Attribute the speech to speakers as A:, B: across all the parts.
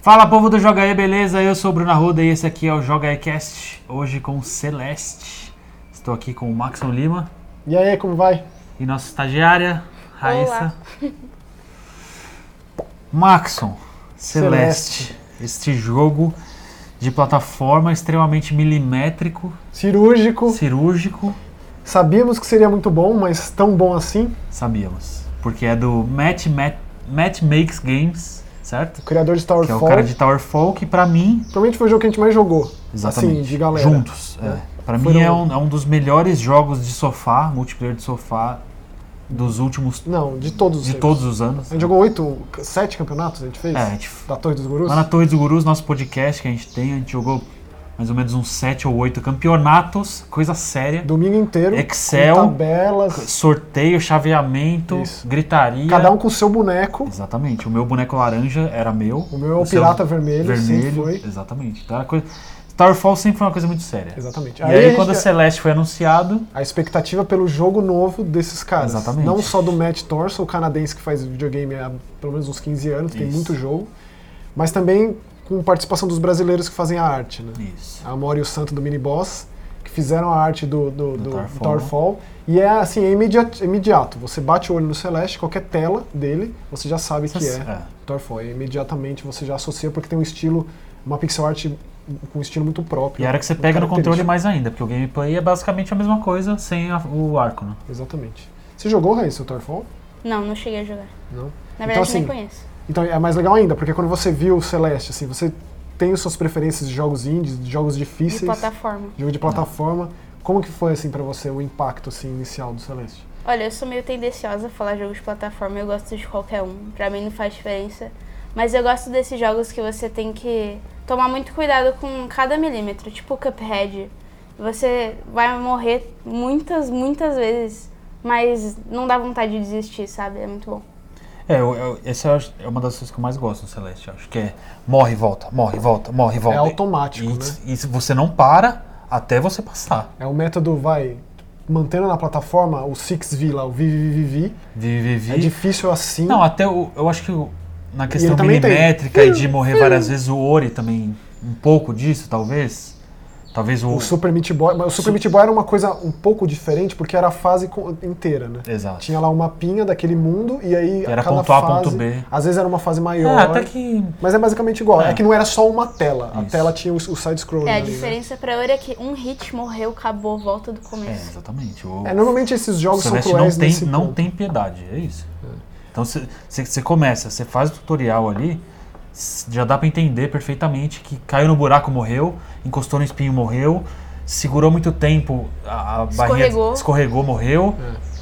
A: Fala povo do Joga E, beleza? Eu sou o Bruno Arruda e esse aqui é o Joga Ecast, hoje com o Celeste. Estou aqui com o Maxon Lima
B: E aí, como vai?
A: e nossa estagiária, Raíssa. Maxon, Celeste, este jogo de plataforma extremamente milimétrico,
B: Cirúrgico.
A: cirúrgico,
B: Sabíamos que seria muito bom, mas tão bom assim.
A: sabíamos, porque é do Match, Match, Match Makes Games, certo?
B: O criador de Tower
A: Que é o
B: Fall.
A: cara de Towerfall, que pra mim
B: Provavelmente foi o jogo que a gente mais jogou.
A: Exatamente.
B: Assim, de galera.
A: Juntos. É. Pra mim
B: Foram-
A: é um, é um dos melhores jogos de sofá, multiplayer de sofá, dos últimos.
B: Não, de todos os
A: de
B: tempos.
A: todos os anos.
B: A gente jogou oito, sete campeonatos, a gente fez?
A: É, a gente-
B: Da Torre dos Gurus?
A: Lá na Torre dos Gurus, nosso podcast que a gente tem, a gente jogou mais ou menos uns 7 ou 8 campeonatos, coisa séria.
B: Domingo inteiro.
A: Excel.
B: com tabelas.
A: Sorteio, chaveamento,
B: Isso.
A: gritaria.
B: Cada um com o seu boneco.
A: Exatamente. O meu boneco laranja era meu.
B: O meu é o
A: seu
B: pirata vermelho, sempre
A: Vermelho.
B: foi.
A: Exatamente. Então era coisa... Starfall sempre foi uma coisa muito séria.
B: Exatamente.
A: E aí,
B: a,
A: quando a
B: gente-
A: Celeste foi anunciado,
B: a expectativa pelo jogo novo desses caras.
A: Exatamente.
B: Não só do Matt Torso, o canadense que faz videogame há pelo menos uns 15 anos, tem
A: Isso.
B: muito jogo. Mas também com participação dos brasileiros que fazem a arte, né?
A: isso.
B: a Amor e o Santo do Miniboss, que fizeram a arte do, do, do,
A: Towerfall.
B: do Towerfall. E é assim, é imediato, imediato. Você bate o olho no Celeste, qualquer tela dele, você já sabe que é
A: É.
B: Towerfall. E imediatamente você já associa, porque tem um estilo, uma pixel art com um estilo muito próprio.
A: E a hora que você
B: muito
A: pega no controle
B: característico.
A: mais ainda, porque o gameplay é basicamente a mesma coisa sem a- o arco, né?
B: Exatamente. Você jogou, Raíssa, o Towerfall?
C: Não, não cheguei a jogar.
B: Não?
C: Na verdade,
B: Então, assim,
C: nem conheço.
B: Então é mais legal ainda, porque quando você viu o Celeste, assim, você tem as suas preferências de jogos indies, de jogos
C: De
B: difíceis,
C: plataforma.
B: jogo de plataforma. Como que foi, assim, pra você o impacto, assim, inicial do Celeste?
C: Olha, eu sou meio tendenciosa a falar jogos de plataforma, eu gosto de qualquer um. Pra mim não faz diferença. Mas eu gosto desses jogos que você tem que tomar muito cuidado com cada milímetro, tipo Cuphead. Você vai morrer muitas, muitas vezes, mas não dá vontade de desistir, sabe? É muito bom.
A: É, eu, eu- essa eu acho- é uma das coisas que eu mais gosto no Celeste, eu acho que é morre, volta, morre, volta, morre, volta.
B: É automático,
A: e,
B: né?
A: e se você não para até você passar.
B: É o método, vai, mantendo na plataforma o 6V lá, o vive, vive, vive.
A: Vive, vive.
B: É difícil assim.
A: Não, até o, eu acho que o- na questão
B: ele também tem.
A: milimétrica e de morrer várias vezes o Ori também, um pouco disso, talvez. Talvez o.
B: o Super Meat Boy, mas o Super Meat Boy era uma coisa um pouco diferente, porque era a fase co- inteira, né?
A: Exato.
B: Tinha lá um mapinha daquele mundo e aí
A: É. Era
B: a cada
A: ponto A,
B: fase,
A: ponto B.
B: Às vezes era uma fase
A: É,
B: maior.
A: até que.
B: Mas é basicamente igual. É.
A: É.
B: que não era só uma tela. A
A: Isso.
B: tela tinha o, o side scrolling.
C: É, a
B: ali, né?
C: diferença pra eu é que um hit morreu, acabou, volta do
A: É,
C: começo.
A: exatamente. O,
B: É, normalmente esses
A: O
B: jogos são
A: Celeste não
B: cruéis
A: tem,
B: nesse
A: não
B: ponto.
A: tem piedade, é isso. Então você começa, você faz o tutorial ali, s- já dá pra entender perfeitamente que caiu no buraco, morreu, encostou no espinho, morreu, segurou muito tempo, a, a barrinha
C: Escorregou.
A: escorregou, morreu.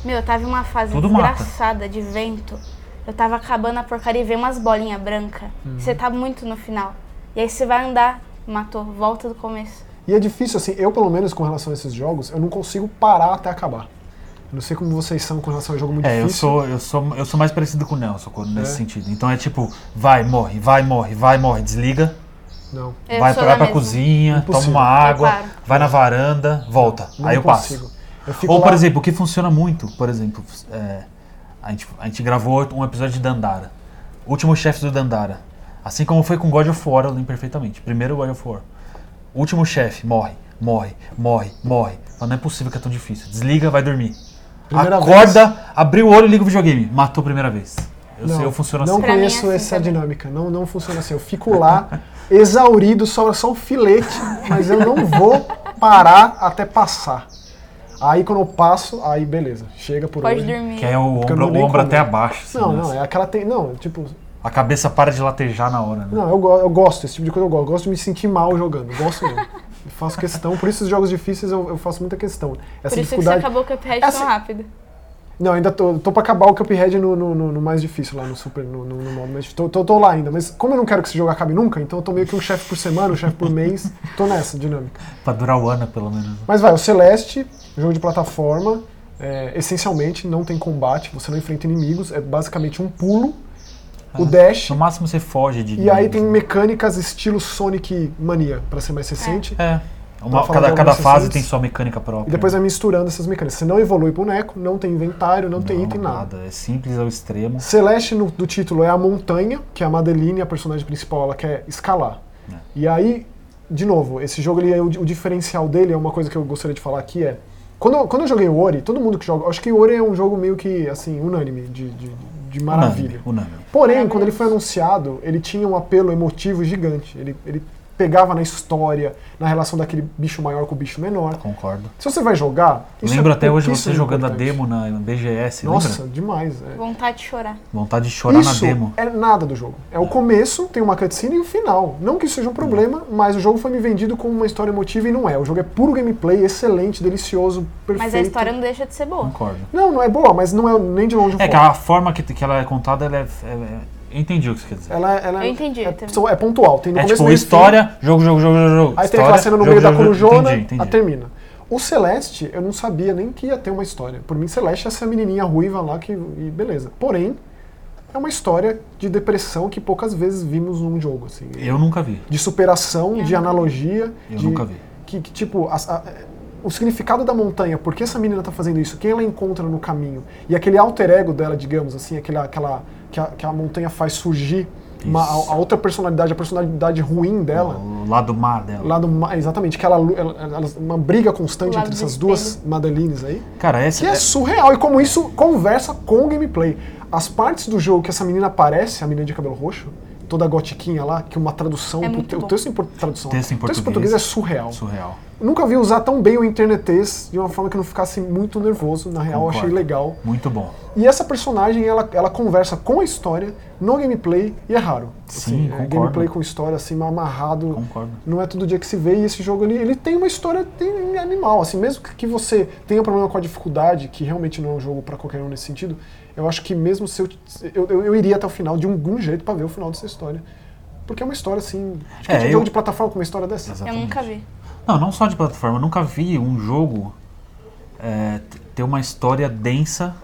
C: Meu, eu tava em uma fase
A: Tudo mata.
C: desgraçada de vento. Eu tava acabando a porcaria e veio umas bolinhas brancas.
A: Uhum.
C: Você tá muito no final. E aí você vai andar, matou, volta do começo.
B: E é difícil, assim, eu pelo menos com relação a esses jogos, eu não consigo parar até acabar. Eu não sei como vocês são com relação a jogo muito
A: É, eu
B: difícil.
A: sou, eu sou, eu sou mais parecido com o Nelson quando- nesse sentido. Então é tipo, vai, morre, vai, morre, vai, morre, desliga,
B: Não.
C: Eu
A: vai
C: sou
A: pra,
C: da
A: pra
C: mesma.
A: cozinha,
B: Impossível.
A: toma uma água,
C: paro.
A: vai na varanda, volta.
B: não
A: aí eu passo.
B: consigo. Eu fico
A: Ou, por
B: lá-
A: exemplo, o que funciona muito, por exemplo, é, a, gente, a gente gravou um episódio de Dandara. Último chefe do Dandara. Assim como foi com God of War, eu lembro perfeitamente. Primeiro God of War. Último chefe, morre, morre, morre, morre. Fala, não é possível que é tão difícil. Desliga, vai dormir.
B: Primeira
A: Acorda, abriu o olho, liga o videogame. Matou a primeira vez. Eu,
B: Não,
A: sei, eu funciono
B: não
A: assim.
C: Pra mim é
B: conheço
C: assim
B: essa
C: também.
B: dinâmica, não, não funciona assim. Eu fico lá, exaurido, sobra só um filete, mas eu não vou parar até passar. Aí quando eu passo, aí beleza, chega por
C: Pode
B: hoje.
C: dormir.
A: Que é o
B: Porque
A: ombro,
B: eu não
A: o
B: nem
A: ombro
B: como.
A: até abaixo. assim,
B: Não,
A: né?
B: não, é aquela tem, não, tipo,
A: A cabeça para de latejar na hora, né?
B: não, eu, go- eu gosto, esse tipo de coisa eu gosto, eu gosto de me sentir mal jogando, eu gosto mesmo. Eu faço questão, por isso os jogos difíceis eu, eu faço muita questão. Essa
C: Por isso que você
B: dificuldade.
C: acabou o
A: É
C: Cuphead
A: assim.
B: Essa-
C: tão rápido.
B: Não, ainda tô, tô pra acabar o Cuphead no, no, no- no mais difícil, lá no super, no, no, no modo mais difícil. Tô, tô, tô lá ainda, mas como eu não quero que esse jogo acabe nunca, então eu tô meio que um chefe por semana, um chefe por mês, tô nessa dinâmica.
A: Pra durar o ano, pelo menos.
B: Mas vai, o Celeste, jogo de plataforma, é, essencialmente não tem combate, você não enfrenta inimigos, é basicamente um pulo, o dash,
A: No máximo você foge de. né?
B: e aí tem mecânicas estilo Sonic Mania, pra ser mais recente.
A: É. Uma-
B: falando
A: cada
B: de
A: cada
B: algumas
A: fase
B: sessões.
A: tem sua mecânica própria.
B: E depois
A: né?
B: vai misturando essas mecânicas. Você não evolui boneco, não tem inventário, não, tem
A: Não,
B: item, nada.
A: É simples ao extremo.
B: Celeste no- do título é a montanha, que a Madeline, a personagem principal, ela quer escalar.
A: É.
B: E aí, de novo, esse jogo, ele, é o, di- o diferencial dele é uma coisa que eu gostaria de falar aqui, é... Quando, eu- quando eu joguei o Ori, todo mundo que joga... Acho que o Ori é um jogo meio que, assim, unânime, de, de, de maravilha.
A: Unânime, unânime.
B: Porém, quando ele foi anunciado, ele tinha um apelo emotivo gigante. Ele, ele pegava na história, na relação daquele bicho maior com o bicho menor.
A: Concordo.
B: Se você vai jogar... isso
A: Lembro
B: é
A: até hoje você
B: pouquíssimo
A: jogando a
B: importante.
A: demo na BGS,
B: Nossa,
A: lembra?
B: demais. é.
C: Vontade de chorar.
A: Vontade de chorar
B: isso
A: na demo.
B: é nada do jogo. É o começo, tem uma cutscene e o final. Não que isso seja um problema, mas o jogo foi me vendido como uma história emotiva e não é. O jogo é puro gameplay, excelente, delicioso, perfeito.
C: Mas a história não deixa de ser boa.
A: Concordo.
B: Não, não é boa, mas não é nem de longe um
A: É
B: foco.
A: que a forma que, que ela é contada, ela é, é- é- Entendi o que você quer dizer.
B: Ela, ela
C: Eu entendi
B: É,
C: também.
B: são- é pontual. Tem no
A: É
B: começo,
A: tipo
B: meio e fim.
A: história, jogo, jogo, jogo, jogo, jogo.
B: Aí tem
A: história,
B: aquela cena no
A: jogo,
B: meio da
A: jogo, jogo.
B: corujona,
A: Entendi, entendi.
B: a termina. O Celeste, eu não sabia nem que ia ter uma história. Por mim, Celeste é essa menininha ruiva lá que e beleza. Porém, é uma história de depressão que poucas vezes vimos num jogo assim.
A: Eu nunca vi.
B: de superação, de analogia.
A: Eu
B: de-
A: nunca vi.
B: Que, que, tipo, as- a- o significado da montanha, por que essa menina tá fazendo isso, quem ela encontra no caminho. E aquele alter ego dela, digamos assim, aquela, aquela, que, a, que a montanha faz surgir uma- a,
A: Isso.
B: a outra personalidade, a personalidade ruim dela.
A: O lado má dela.
B: Lá do, ma- exatamente, que ela, lu- ela- ela- uma briga constante
C: Lado
B: entre
C: do
B: essas
C: espelho.
B: duas Madeleines aí.
A: Cara, essa
B: Que é surreal e como isso conversa com o gameplay. As partes do jogo que essa menina aparece, a menina de cabelo roxo, toda gotiquinha lá, que uma tradução.
C: É
B: pro
C: muito
B: te- o
C: bom.
B: texto em, por- tradução,
A: Texto em
B: o texto em
A: português.
B: português é surreal.
A: é surreal.
B: Nunca vi usar tão bem o internetês de uma forma que eu não ficasse muito nervoso. Na real, eu achei
A: Concordo.
B: legal.
A: Muito bom.
B: E essa personagem, ela, ela conversa com a história, no gameplay, e é raro.
A: Sim,
B: é
A: concordo.
B: gameplay com história, assim, amarrado.
A: Concordo.
B: Não é todo dia que se vê, e esse jogo ele, ele tem uma história tem animal, assim, mesmo que que você tenha um problema com a dificuldade, que realmente não é um jogo pra qualquer um nesse sentido, eu acho que mesmo se eu, eu, eu- eu iria até o final de algum jeito pra ver o final dessa história. Porque é uma história assim. De que
A: É,
B: tipo de
A: eu-
B: jogo de plataforma com uma história dessa?
C: Eu
A: Exatamente.
C: nunca vi.
A: Não, não só de plataforma. Eu nunca vi um jogo é, t- ter uma história densa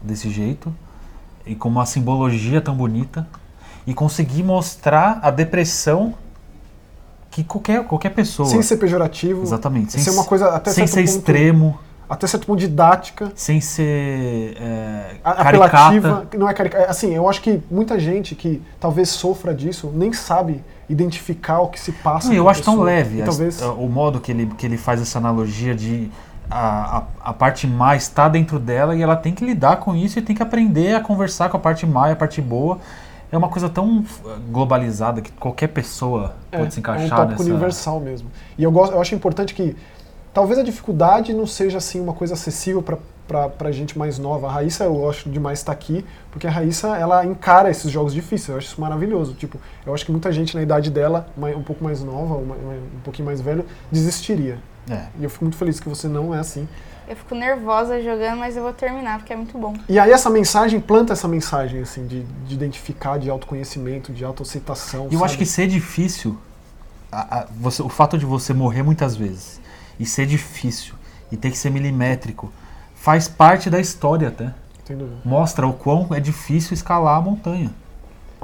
A: desse jeito e com uma simbologia tão bonita e conseguir mostrar a depressão que qualquer, qualquer pessoa.
B: Sem ser pejorativo.
A: Exatamente.
B: Sem ser uma
A: s-
B: coisa até
A: sem
B: certo
A: ser
B: ponto-
A: extremo,
B: Até certo ponto didática.
A: sem ser é,
B: a-
A: caricata.
B: apelativa, que não é caricata. Assim, eu acho que muita gente que talvez sofra disso nem sabe identificar o que se passa.
A: Não, eu
B: com a
A: acho tão
B: pessoa.
A: leve é,
B: E
A: a-
B: talvez
A: a- o modo que ele, que ele faz essa analogia de a, a, a parte má está dentro dela e ela tem que lidar com isso e tem que aprender a conversar com a parte má e a parte boa. É uma coisa tão eh, globalizada que qualquer pessoa pode se
B: é um
A: encaixar
B: tópico
A: nessa.
B: universal mesmo. E eu, gosto, eu acho importante que talvez a dificuldade não seja assim uma coisa acessível para para gente mais nova. A Raíssa, eu acho demais estar aqui, porque a Raíssa, ela encara esses jogos difíceis. Eu acho isso maravilhoso. Tipo, eu acho que muita gente na idade dela, mai- um pouco mais nova, uma- uma- um pouquinho mais velha, desistiria.
A: É.
B: E eu fico muito feliz que você não é assim.
C: Eu fico nervosa jogando, mas eu vou terminar, porque é muito bom.
B: E aí essa mensagem planta essa mensagem assim de, de identificar, de autoconhecimento, de autoaceitação.
A: E eu acho
B: sabe?
A: que ser difícil, a- a- você- o fato de você morrer muitas vezes e ser difícil e ter que ser milimétrico faz parte da história até.
B: Sem dúvida.
A: Mostra o quão é difícil escalar a montanha.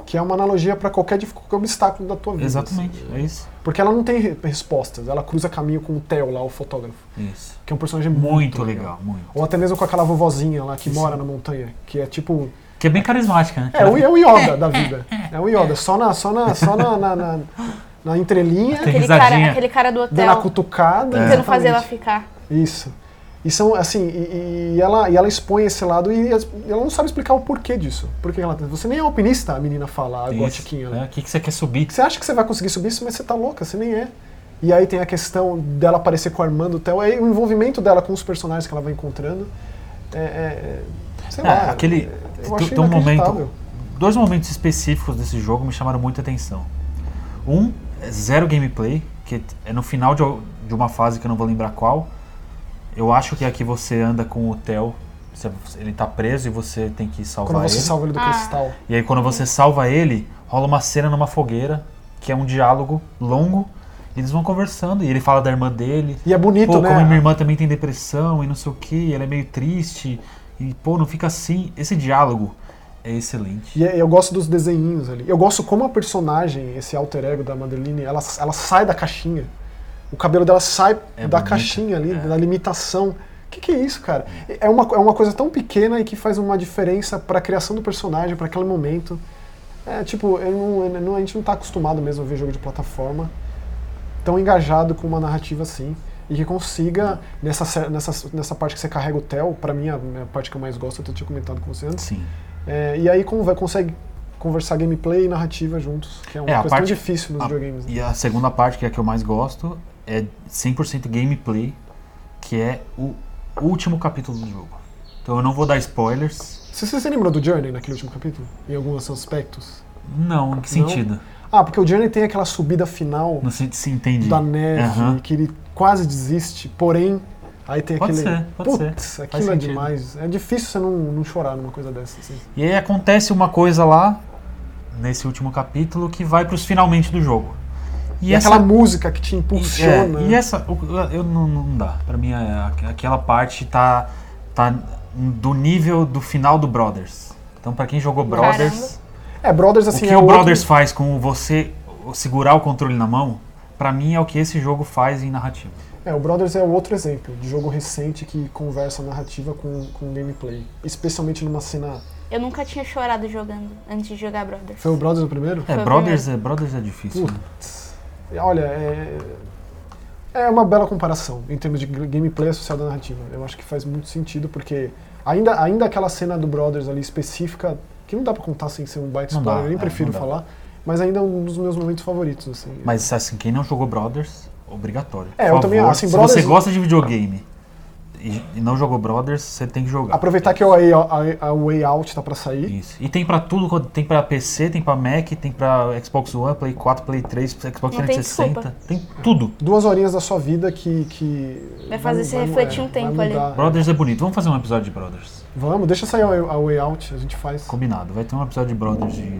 B: que é uma analogia para qualquer, dificu- qualquer obstáculo da tua vida.
A: Exatamente, é isso.
B: assim. Porque ela não tem re- respostas, ela cruza caminho com o Theo lá, o fotógrafo,
A: Isso.
B: que é um personagem
A: Muito legal, muito.
B: Ou até mesmo com aquela vovozinha lá que
A: Isso.
B: mora na montanha, que é tipo.
A: Que é bem carismática, né?
B: É, o, é o Yoda da vida. É o Yoda, só na, só na, só na, na, na, na entrelinha,
A: Tem
C: Aquele
A: risadinha.
C: cara, aquele cara do hotel
B: dando a cutucada.
C: tentando fazer ela
B: exatamente.
C: ficar.
B: Isso. E são, assim, e, e ela, e ela expõe esse lado e as- e ela não sabe explicar o porquê disso. Porque ela, você nem é alpinista, a menina fala, a
A: Isso,
B: gotiquinha. né?
A: né? O que, que você quer subir?
B: Você acha que você vai conseguir subir isso, mas você tá louca, você nem é. E aí tem a questão dela aparecer com a irmã do Theo, aí o envolvimento dela com os personagens que ela vai encontrando. É, é, é, sei
A: É,
B: lá.
A: aquele-
B: Eu achei
A: tem um momento-
B: inacreditável.
A: Dois momentos específicos desse jogo me chamaram muita atenção. Um, é zero gameplay, que é no final de, al- de uma fase que eu não vou lembrar qual. Eu acho que é a que você anda com o Theo. você- Ele tá preso e você tem que
B: Quando
A: salvar
B: você
A: ele.
B: salva ele do
C: Ah.
B: cristal.
A: E aí quando você salva ele, rola uma cena numa fogueira, que é um diálogo longo. E eles vão conversando. E ele fala da irmã dele.
B: E é bonito,
A: pô,
B: né?
A: como minha irmã também tem depressão e não sei o que, ela é meio triste, e pô, não fica assim. Esse diálogo é excelente.
B: E é- eu gosto dos desenhinhos ali. Eu gosto como a personagem, esse alter ego da Madeline, ela, ela sai da caixinha. O cabelo dela sai
A: É
B: da
A: bonito,
B: caixinha ali,
A: é.
B: da limitação. O que, que é isso, cara? É uma, é uma coisa tão pequena e que faz uma diferença pra criação do personagem, pra aquele momento. É, tipo, eu não- eu não- a gente não tá acostumado mesmo a ver jogo de plataforma tão engajado com uma narrativa assim. E que consiga, nessa, sé- nessa, nessa parte que você carrega o Theo, pra mim, a, a parte que eu mais gosto, eu até tinha comentado com você antes.
A: Sim.
B: É, e aí conver- consegue conversar gameplay e narrativa juntos, que é uma
A: É, a
B: coisa tão
A: parte-
B: difícil nos
A: a-
B: videogames. né?
A: E a segunda parte, que é a que eu mais gosto, é 100% gameplay, que é o último capítulo do jogo. Então eu não vou dar spoilers.
B: Você, você lembrou do Journey naquele último capítulo? Em alguns aspectos?
A: Não, em que
B: Não?
A: sentido?
B: Ah, porque o Journey tem aquela subida final
A: Não se, se entende.
B: da neve,
A: Aham.
B: que ele quase desiste, porém, aí tem
A: Pode
B: aquele.
A: ser, pode ser.
B: Putz, aquilo é
A: sentido.
B: demais. É difícil você não, não chorar numa coisa dessa. assim.
A: E aí acontece uma coisa lá, nesse último capítulo, que vai pros finalmente do jogo.
B: E, aquela música que te impulsiona.
A: É, e essa, o- eu não, não dá. Pra mim, é- aqu- aquela parte tá, tá do nível do final do Brothers. Então, pra quem jogou Brothers,
B: É, Brothers assim
A: o que
B: é
A: o
B: outro-
A: Brothers faz com você segurar o controle na mão, pra mim é o que esse jogo faz em narrativa.
B: É, o Brothers é outro exemplo de jogo recente que conversa a narrativa com, com gameplay. Especialmente numa cena.
C: Eu nunca tinha chorado jogando antes de jogar Brothers.
B: Foi um o Brothers o primeiro?
A: É,
C: Foi o
A: Brothers é, Brothers é difícil. né?
B: Putz. Olha, é. É uma bela comparação em termos de g- gameplay associado à narrativa. Eu acho que faz muito sentido, porque ainda, ainda aquela cena do Brothers ali específica, que não dá pra contar sem ser um baita
A: Não
B: spoiler,
A: dá,
B: eu nem
A: é,
B: prefiro
A: não dá.
B: falar, mas ainda é um dos meus momentos favoritos, assim.
A: Mas, assim, quem não jogou Brothers, obrigatório.
B: É,
A: Por
B: eu também
A: favor,
B: acho, assim,
A: Se
B: Brothers-
A: você gosta de videogame e, e não jogou Brothers, você tem que jogar.
B: Aproveitar que o Way- a, a Way Out tá pra sair.
A: Isso. E tem pra tudo, quanto- tem pra PC, tem pra Mac, tem pra Xbox One, Play 4, Play 3, Xbox
C: Não tem
A: 360. Tem, tudo.
B: Duas horinhas da sua vida que. que
C: Vai fazer você refletir um
B: vai
C: tempo ali.
B: mudar.
A: Brothers é bonito. Vamos fazer um episódio de Brothers.
B: Vamos, deixa sair a Way- a Way Out, a gente faz.
A: Combinado. Vai ter um episódio de Brothers de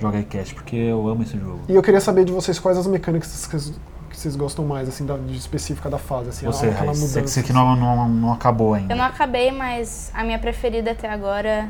A: Joga e Cash, porque eu amo esse jogo.
B: E eu queria saber de vocês quais as mecânicas que vocês- que vocês gostam mais, assim, da, de específica da fase, assim,
A: Você,
B: aquela
A: Raiz,
B: mudança.
A: você, você que não, não, não acabou ainda.
C: Eu não acabei, mas a minha preferida até agora,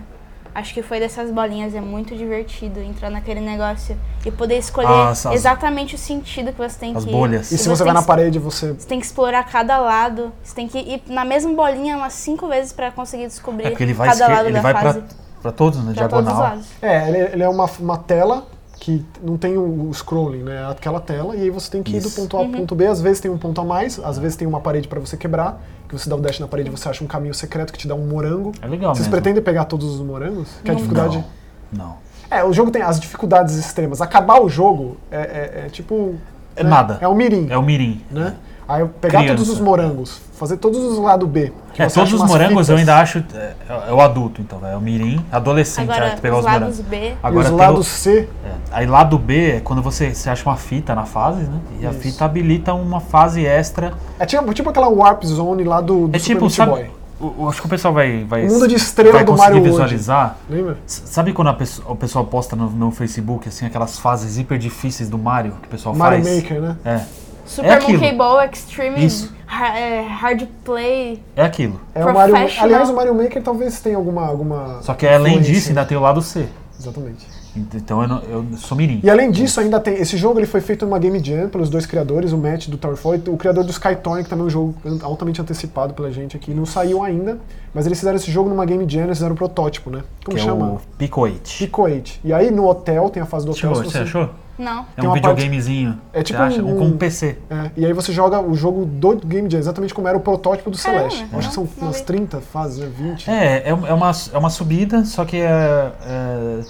C: acho que foi dessas bolinhas. É muito divertido entrar naquele negócio e poder escolher
A: Ah, as- as-
C: exatamente o sentido que você tem
A: As
C: que
A: bolhas.
B: E
A: E
B: se
C: que
B: você vai
C: tem
B: na
C: que-
B: parede, você...
C: Você tem que explorar cada lado. Você tem que ir na mesma bolinha umas cinco vezes pra conseguir descobrir
A: É porque ele vai,
C: cada
A: esque-
C: lado
A: ele
C: da
A: vai
C: fase.
A: pra, pra todos, né?
C: pra todos os
A: Diagonal.
C: lados.
B: É, ele, ele é uma, uma tela que não tem o, o scrolling, né? É Aquela tela, e aí você tem que ir do
A: Isso.
B: ponto A
C: Uhum.
B: ao ponto B. Às vezes tem um ponto a mais, às vezes tem uma parede pra você quebrar, que você dá o dash na parede, você acha um caminho secreto que te dá um morango.
A: É legal
B: Vocês
A: mesmo.
B: pretendem pegar todos os morangos? Que é a
C: Não.
B: dificuldade...
A: Não. não.
B: É, o jogo tem as dificuldades extremas. Acabar o jogo é, é- é tipo...
A: É nada.
B: É o mirim.
A: É o mirim.
B: né? Aí eu pegar
A: Criança.
B: todos os morangos, fazer todos os lado B. que
A: É,
B: você
A: todos
B: acha
A: os
B: umas
A: morangos
B: fitas.
A: eu ainda acho... É, é o adulto, então. vai. É o mirim. Adolescente, aí
C: Agora,
A: tu pegar os,
C: os
A: morangos.
C: lados B.
B: E os
A: tem o-
B: lados C,
A: É. Aí lado B é quando você, você acha uma fita na fase, né? E a
B: Isso.
A: fita habilita uma fase extra.
B: é tipo, tipo aquela warp zone lá do, do
A: É
B: Super
A: tipo,
B: Meat
A: sabe,
B: Boy.
A: o- o- acho que o pessoal vai vai
B: O mundo de estrela
A: vai
B: do
A: conseguir
B: Mario World.
A: visualizar.
B: Lembra?
A: S- Sabe quando a pessoa, o pessoal posta no, no Facebook assim aquelas fases hiper difíceis do Mario que o pessoal
B: Mario
A: faz?
B: Maker, né?
A: É,
C: Super
A: aquilo.
C: Monkey Ball, Extreme,
A: Isso.
C: ha- é, Hard Play.
A: é aquilo.
B: É o Mario,
C: Professional.
B: aliás, o Mario Maker talvez tenha alguma. alguma
A: Só que é além
B: influência.
A: disso ainda tem o lado C.
B: Exatamente.
A: Ent- Então eu, não- eu sou mirim.
B: E além disso, ainda tem. Esse jogo ele foi feito numa Game Jam pelos dois criadores, o Matt do Towerfall e o criador do Skytonic, também é um jogo an- altamente antecipado pela gente aqui. Não saiu ainda, mas eles fizeram esse jogo numa Game Jam, eles fizeram um protótipo, né? Como
A: que
B: chama?
A: é o Pico 8.
B: Pico 8. E aí no hotel, tem a fase do
A: Você
B: hotel.
A: achou?
B: se
A: Você achou?
C: Não.
A: É
B: Tem
A: um
B: uma parte-
A: videogamezinho.
B: É tipo
A: você acha,
B: um-
A: com um PC.
B: É, e aí você joga o jogo do Game Jam, exatamente como era o protótipo do
C: Caramba,
B: Celeste.
C: não,
B: Acho que são
C: não
B: umas
C: vi.
B: 30 fases, né? 20.
A: É, é, um- é uma, é uma subida, só que é, é-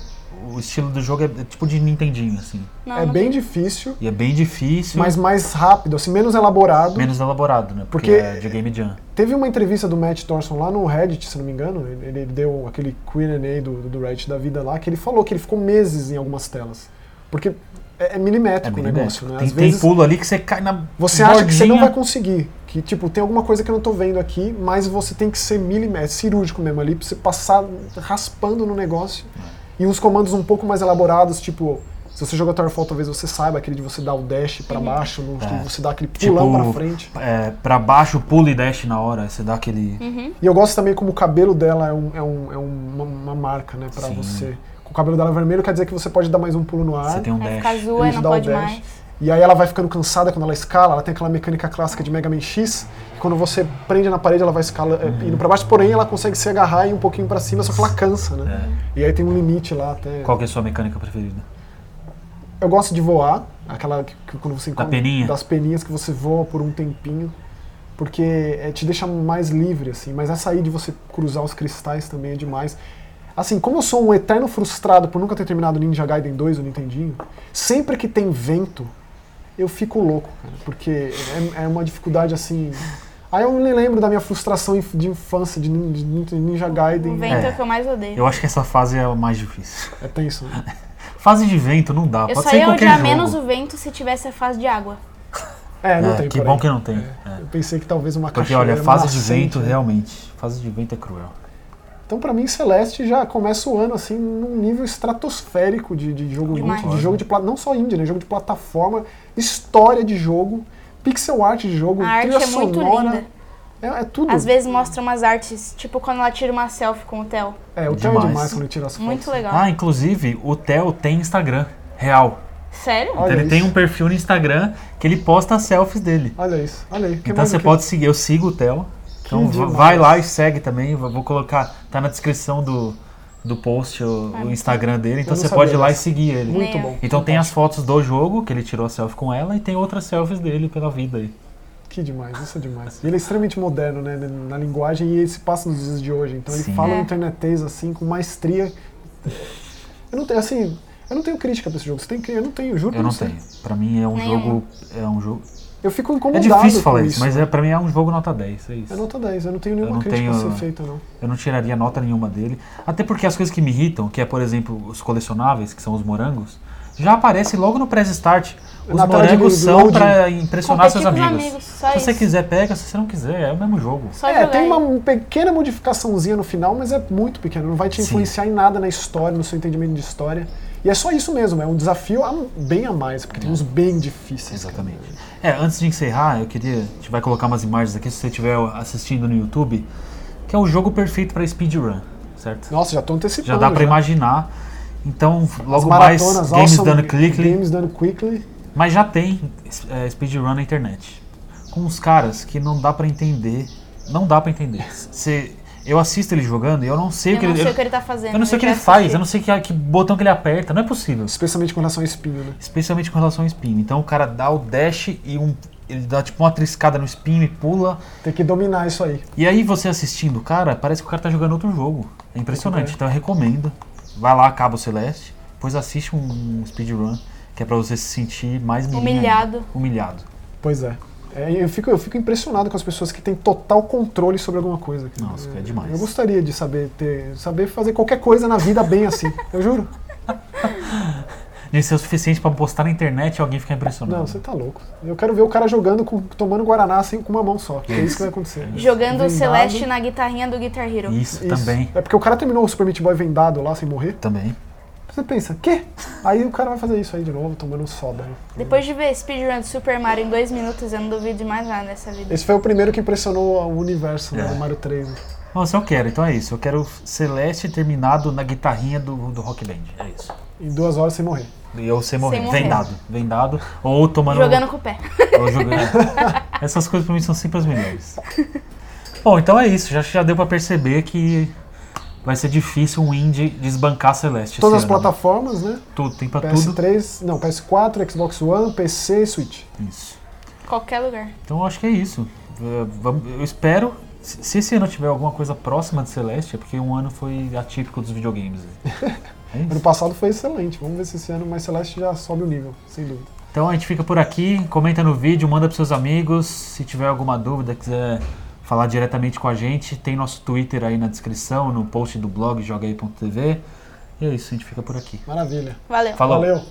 A: o estilo do jogo é, é tipo de Nintendinho, assim.
C: não
B: É
C: não
B: bem difícil,
A: E é bem difícil,
B: mas mais rápido, assim, menos elaborado.
A: menos elaborado, né? Porque,
B: Porque-
A: é de Game Jam.
B: Teve uma entrevista do Matt Thorson lá no Reddit, se não me engano. Ele, ele deu aquele Q&A do, do Reddit da vida lá, que ele falou que ele ficou meses em algumas telas. Porque é, é
A: É
B: milimétrico
A: bem
B: o negócio,
A: negócio.
B: né?
A: Tem,
B: Às
A: tem
B: vezes
A: pulo ali que você cai na
B: você acha que você não
A: bordinha.
B: vai conseguir. Que, tipo, tem alguma coisa que eu não tô vendo aqui, mas você tem que ser milimétrico, cirúrgico mesmo ali, pra você passar raspando no negócio. E uns comandos um pouco mais elaborados, tipo... Se você joga Towerfall, talvez você saiba aquele de você dar o dash pra baixo, no,
A: É.
B: você dar aquele
A: Tipo,
B: pulão pra frente.
A: é, pra baixo, pulo e dash na hora. Você dá aquele...
C: Uhum.
B: E eu gosto também como o cabelo dela é, um, é, um, é uma, uma marca, né, pra
A: Sim.
B: você. O cabelo dela é vermelho quer dizer que você pode dar mais um pulo no ar.
A: Você tem um
C: Vai
A: dash.
C: ficar azul, aí
B: Eles
C: não
B: dão o
C: pode
B: dash.
C: mais.
B: E E aí ela vai ficando cansada quando ela escala, ela tem aquela mecânica clássica de Mega Man X, que quando você prende na parede ela vai escala, é, indo pra baixo, porém ela consegue se agarrar e ir um pouquinho pra cima, só que ela cansa, né? E aí tem um limite lá até.
A: Qual que é a sua mecânica preferida?
B: Eu gosto de voar, aquela que, que quando você encontra-
A: peninha?
B: das peninhas que você voa por um tempinho, porque é, te deixa mais livre assim, mas essa aí de você cruzar os cristais também é demais. Assim, como eu sou um eterno frustrado por nunca ter terminado Ninja Gaiden 2 ou Nintendinho, sempre que tem vento, eu fico louco, cara, porque é, é uma dificuldade assim. Aí eu me lembro da minha frustração inf- de infância de nin- de nin- Ninja
C: O
B: Gaiden.
C: vento é.
A: É.
C: o que eu mais odeio.
A: Eu acho que essa fase é a mais difícil.
B: É tenso. né?
A: Fase de vento não dá,
C: Eu
A: Ah, pode
C: só
A: ser em
C: ia
A: qualquer
C: odiar
A: jogo.
C: menos o vento se tivesse a fase de água.
B: É, não
A: É,
B: tem
A: que
B: porém.
A: bom que não tem. é.
B: Eu pensei que talvez uma
A: Porque
B: cachoeira,
A: olha,
B: uma
A: fase de
B: nascente,
A: vento
B: né?
A: realmente, fase de vento é cruel.
B: Então, pra mim, Celeste já começa o ano assim num nível estratosférico de, de jogo
C: Demais.
B: indie, de jogo de pla- não só indie, né? Jogo de plataforma, história de jogo, pixel art de jogo,
C: A arte
B: trilha
C: é muito
B: sonora,
C: linda.
B: É, é
A: Uh.
B: tudo.
C: Às vezes mostra umas artes, tipo quando ela tira uma selfie com o Theo.
B: é, o Theo é
A: Demais.
B: demais quando ele tira as fotos.
C: Muito legal.
B: Tá.
A: Ah, inclusive, o Theo tem Instagram real.
C: Sério?
B: Olha
A: ele
B: isso.
A: tem um perfil no Instagram que ele posta as selfies dele.
B: Olha isso, olha aí. que
A: então
B: mais
A: você
B: do que-
A: pode seguir, eu sigo o Theo. Então va-
B: demais.
A: vai lá e segue também. Vou vou colocar, tá na descrição do, do post o, o Instagram dele. Então
B: Ah, não
A: você
B: sabia
A: pode ir lá e
B: dessa.
A: seguir ele.
B: Muito
C: Nem
B: bom.
A: Então tem as fotos do jogo, que ele tirou a selfie com ela, e tem outras selfies dele pela vida aí.
B: Que demais, isso é demais. E ele é extremamente moderno, né, na- na linguagem e ele se passa nos dias de hoje. Então ele
A: Sim.
B: fala
C: É.
B: internetês assim com maestria. Eu não tenho assim, eu não tenho crítica pra esse jogo. Você tem que, eu não tenho, juro.
A: Eu
B: pra
A: não
B: você.
A: tenho. Pra mim é um
C: Nenhuma.
A: jogo. É um jogo.
B: Eu fico
A: É
B: incomodado.
A: difícil
B: com
A: falar
B: isso,
A: isso, mas é, pra mim é um jogo nota 10, é
B: É
A: isso.
B: nota 10, eu não tenho nenhuma
A: não
B: crítica a
A: tenho-
B: ser feita, não.
A: Eu não tiraria nota nenhuma dele. Até porque as coisas que me irritam, que é, por exemplo, os colecionáveis, que são os morangos, já aparecem logo no press start. Os
B: Na tela de
A: morangos são
B: loading.
A: pra impressionar
C: Competir
A: seus
C: com os
A: amigos.
C: amigos, só
A: se você
C: isso.
A: quiser, pega. Se você não quiser, é o mesmo jogo.
C: Só
B: É,
C: jogar
B: tem
C: Tá aí.
B: uma pequena modificaçãozinha no final, mas é muito pequena. Não vai te
A: Sim.
B: influenciar em nada na história, no seu entendimento de história. E é só isso mesmo, é um desafio a- bem a mais, porque tem uns bem difíceis. cara.
A: É. Exatamente. É, antes de encerrar, eu queria. A gente vai colocar umas imagens aqui se você estiver assistindo no YouTube, que é o jogo perfeito pra speedrun, certo?
B: Nossa, já tô antecipando.
A: Já dá pra imaginar. Então,
B: As
A: logo mais,
B: maratonas,
A: Games
B: awesome,
A: Done Quickly.
B: Games Done Quickly.
A: Mas já tem é, speedrun na internet. Com uns caras que não dá pra entender. Não dá pra entender. Cê, eu assisto ele jogando e eu não sei o
C: Eu
A: que
C: não
A: ele.
C: sei o
A: Eu,
C: que ele tá fazendo.
A: eu não sei o que
C: já
A: ele faz,
C: assisti.
A: eu não sei que, que botão que ele aperta. Não é possível.
B: Especialmente com relação a espinho, né?
A: Especialmente com relação ao espinho. Então o cara dá o dash e um. Ele dá tipo uma triscada no espinho e pula.
B: Tem que dominar isso aí.
A: E aí você assistindo o cara, parece que o cara tá jogando outro jogo. É impressionante, então eu recomendo. Vai lá, Cabo Celeste, depois assiste um speedrun, que é pra você se sentir mais mirim ainda.
C: Humilhado.
A: Humilhado.
B: Pois é. É, eu, fico, eu fico impressionado com as pessoas que têm total controle sobre alguma coisa. cara.
A: Nossa, é demais.
B: Eu gostaria de saber ter, saber fazer qualquer coisa na vida bem assim. Eu juro.
A: Isso é o suficiente pra postar na internet e alguém ficar impressionado.
B: Não, você tá louco. Eu quero ver o cara jogando, com- tomando Guaraná assim, com uma mão só. Que é isso que vai acontecer.
C: Jogando o
B: Vendado.
C: Celeste na guitarrinha do Guitar Hero.
A: Isso,
B: Isso.
A: também.
B: É porque o cara terminou o Super Meat Boy vendado lá sem morrer.
A: Também.
B: Você pensa, quê? Aí o cara vai fazer isso aí de novo, tomando soda. né?
C: Depois de ver speedrun de Super Mario em dois minutos, eu não duvido de mais nada nessa vida.
B: Esse foi o primeiro que impressionou o universo né,
A: É.
B: do Mario 3. né?
A: Nossa, eu quero, então é isso. Eu quero Celeste terminado na guitarrinha do, do Rock Band. É isso.
B: Em duas horas sem morrer.
A: E eu sem morrer.
C: Sem morrer.
A: Vendado. Vendado. Ou tomando.
C: Jogando com o pé.
A: ou jogando. É. Essas coisas pra mim são sempre as melhores. Bom, então é isso. Já, já deu pra perceber que vai ser difícil um indie desbancar Celeste.
B: Todas as
A: esse ano, né?
B: plataformas, né?
A: Tudo, tem pra tudo.
B: PS3, não, PS4, Xbox One, PC e Switch.
A: Isso.
C: Qualquer lugar.
A: Então eu acho que é isso. Eh, vamo- Eu espero. Se se esse ano tiver alguma coisa próxima de Celeste, é porque um ano foi atípico dos videogames. É isso?
B: Ano passado foi excelente. Vamos ver se esse ano mais Celeste já sobe o nível, sem dúvida.
A: Então a gente fica por aqui, comenta no vídeo, manda pros seus amigos. Se tiver alguma dúvida, quiser falar diretamente com a gente, tem nosso Twitter aí na descrição, no post do blog jogaí.tv. E é isso, a gente fica por aqui.
B: Maravilha.
C: Valeu.
A: Falou!
B: Valeu.